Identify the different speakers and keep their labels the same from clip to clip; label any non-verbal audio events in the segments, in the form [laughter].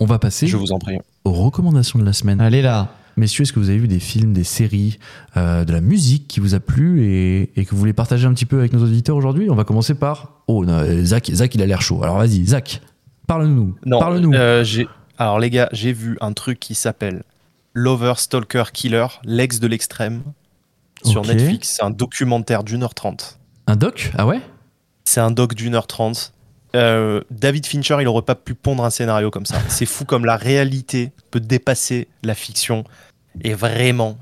Speaker 1: On va passer
Speaker 2: Je vous en prie.
Speaker 1: aux recommandations de la semaine.
Speaker 3: Allez là.
Speaker 1: Messieurs, est-ce que vous avez vu des films, des séries, euh, de la musique qui vous a plu et, et que vous voulez partager un petit peu avec nos auditeurs aujourd'hui On va commencer par. Oh, non, euh, Zach, Zach, il a l'air chaud. Alors vas-y, Zach, parle-nous.
Speaker 2: Non,
Speaker 1: Parle-nous.
Speaker 2: euh, j'ai- alors les gars, j'ai vu un truc qui s'appelle Lover Stalker Killer, l'ex de l'extrême, sur
Speaker 1: Ok.
Speaker 2: Netflix. C'est un documentaire d'une heure trente.
Speaker 1: Un doc Ah ouais
Speaker 2: C'est un doc d'une heure trente. Euh, David Fincher, il aurait pas pu pondre un scénario comme
Speaker 1: [laughs]
Speaker 2: ça. C'est fou comme la réalité peut dépasser la fiction. Et vraiment,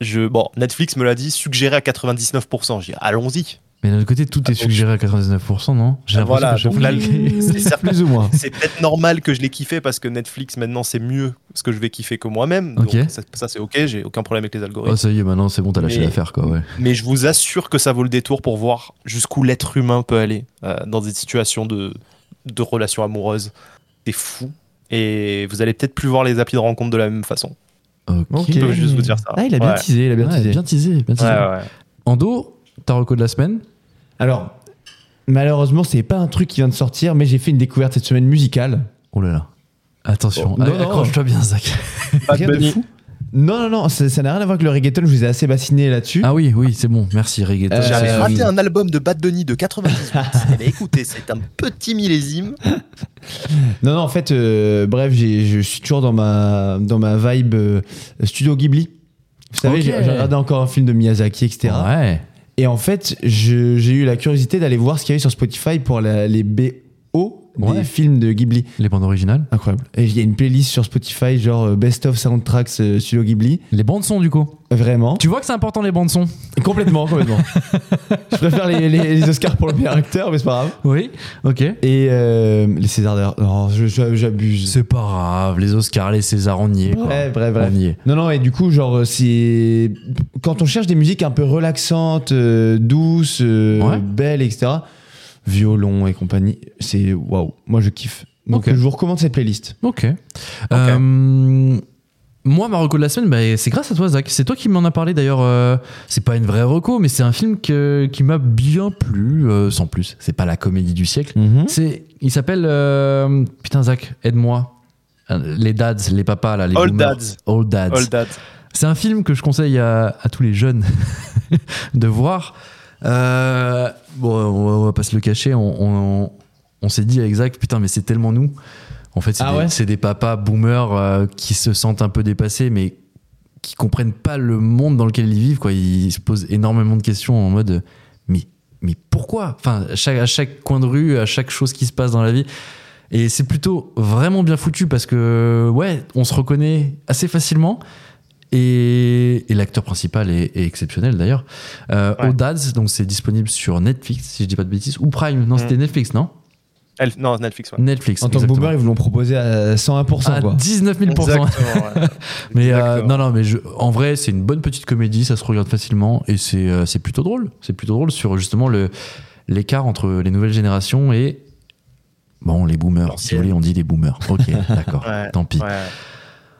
Speaker 2: je bon, Netflix me l'a dit, suggéré à 99%. J'ai dit, allons-y.
Speaker 1: Mais d'un autre côté, tout est suggéré à 99%, non J'ai
Speaker 2: Ah, voilà,
Speaker 1: l'impression que
Speaker 2: donc
Speaker 1: je fais
Speaker 2: là, c'est certain.
Speaker 1: [laughs] plus ou moins.
Speaker 2: C'est peut-être normal que je l'ai kiffé parce que Netflix maintenant c'est mieux ce que je vais kiffer que moi-même.
Speaker 1: Ok.
Speaker 2: Donc ça, ça, c'est ok, j'ai aucun problème avec les algorithmes.
Speaker 1: Oh, ça y est, maintenant c'est bon, t'as lâché
Speaker 2: Mais-
Speaker 1: l'affaire, quoi, ouais.
Speaker 2: Mais je vous assure que ça vaut le détour pour voir jusqu'où l'être humain peut aller euh, dans des situations de, de relations amoureuses. C'est fou. Et vous allez peut-être plus voir les applis de rencontre de la même façon.
Speaker 1: Ok.
Speaker 2: Je peux juste vous dire ça.
Speaker 3: Ah, il a bien
Speaker 2: Ouais.
Speaker 3: teasé, il a bien
Speaker 1: Ouais,
Speaker 3: teasé.
Speaker 1: bien teasé, bien teasé.
Speaker 2: Ouais, ouais.
Speaker 1: Ando, ta reco de la semaine
Speaker 3: Alors, malheureusement, c'est pas un truc qui vient de sortir, mais j'ai fait une découverte cette semaine musicale.
Speaker 1: Oh là là. Attention,
Speaker 3: Oh, non,
Speaker 1: a-
Speaker 3: non.
Speaker 1: accroche-toi bien, Zach.
Speaker 2: Bad
Speaker 3: Rien de
Speaker 2: Bunny.
Speaker 3: fou. Non, non, non, ça ça n'a rien à voir avec le reggaeton, je vous ai assez bassiné là-dessus.
Speaker 1: Ah oui, oui, c'est bon, merci, Reggaeton.
Speaker 3: Euh,
Speaker 2: J'avais
Speaker 1: c'est-
Speaker 2: raté un album de Bad Bunny de 98. Eh ben, écoutez, c'est un petit millésime.
Speaker 3: Non, non, en fait, euh, bref, j'ai- je suis toujours dans ma, dans ma vibe euh, Studio Ghibli. Vous savez,
Speaker 1: Ok.
Speaker 3: j'ai j'ai regardé encore un film de Miyazaki, etc.
Speaker 1: Ouais.
Speaker 3: Et en fait, je- j'ai eu la curiosité d'aller voir ce qu'il y avait sur Spotify pour la- les BO des
Speaker 1: Ouais.
Speaker 3: films de Ghibli.
Speaker 1: Les bandes originales
Speaker 3: Incroyable. Et il y a une playlist sur Spotify, genre euh, Best of Soundtracks euh, Studio Ghibli.
Speaker 1: Les bandes son, du coup.
Speaker 3: Vraiment.
Speaker 1: Tu vois que c'est important, les bandes son
Speaker 3: Complètement, complètement. [laughs] je préfère les, les- les Oscars pour le meilleur acteur, mais c'est pas grave.
Speaker 1: Oui, ok.
Speaker 3: Et euh, les Césars d'or. Non, je- je- j'abuse.
Speaker 1: C'est pas grave, les Oscars, les Césars, on y est, quoi.
Speaker 3: Bref, bref, bref.
Speaker 1: On y est.
Speaker 3: Non, non, et du coup, genre, euh, c'est. Quand on cherche des musiques un peu relaxantes, euh, douces, euh,
Speaker 1: Ouais.
Speaker 3: belles, etc., violon et compagnie, c'est waouh. Moi, je kiffe. Donc,
Speaker 1: Ok.
Speaker 3: je vous recommande cette playlist.
Speaker 1: Ok. Euh, moi, ma reco de la semaine, bah, c'est grâce à toi, Zach. C'est toi qui m'en as parlé d'ailleurs. euh, c'est pas une vraie reco, mais c'est un film que- qui m'a bien plu, euh, sans plus. C'est pas la comédie du siècle. C'est, il s'appelle. euh, putain, Zach, aide-moi. Euh, Les dads, les papas, là, les
Speaker 2: Old
Speaker 1: boomers.
Speaker 2: Dads.
Speaker 1: Old dads.
Speaker 2: All that.
Speaker 1: C'est un film que je conseille à, à tous les jeunes [laughs] de voir. Euh, bon, on va, on va pas se le cacher, on, on- on s'est dit avec Zach, putain, mais c'est tellement nous. En fait, c'est
Speaker 3: Ah
Speaker 1: des,
Speaker 3: ouais
Speaker 1: c'est des papas boomers euh, qui se sentent un peu dépassés, mais qui comprennent pas le monde dans lequel ils vivent. Quoi. Ils se posent énormément de questions en mode, euh, mais, mais pourquoi Enfin, à chaque, à chaque coin de rue, à chaque chose qui se passe dans la vie. Et c'est plutôt vraiment bien foutu parce que, ouais, on se reconnaît assez facilement. Et, et l'acteur principal est, est exceptionnel d'ailleurs. Euh,
Speaker 2: Ouais.
Speaker 1: Audaz, donc c'est disponible sur Netflix, si je dis pas de bêtises, ou Prime. Non,
Speaker 2: Mm.
Speaker 1: c'était Netflix, non
Speaker 2: Elle- Non, Netflix, ouais.
Speaker 1: Netflix.
Speaker 3: En tant que
Speaker 1: exactement. Ah,
Speaker 3: boomer, ils vous l'ont proposé à 101%.
Speaker 1: à
Speaker 3: quoi.
Speaker 1: 19 000
Speaker 2: Exactement, ouais.
Speaker 1: Mais euh,
Speaker 2: Exactement.
Speaker 1: non, non, mais je- en vrai, c'est une bonne petite comédie, ça se regarde facilement et c'est euh, c'est plutôt drôle. C'est plutôt drôle sur justement le- l'écart entre les nouvelles générations et. Bon, les boomers, si vous
Speaker 2: L'ancienne.
Speaker 1: voulez, on dit les boomers. Ok, d'accord,
Speaker 2: [laughs] Ouais,
Speaker 1: tant pis.
Speaker 2: Ouais.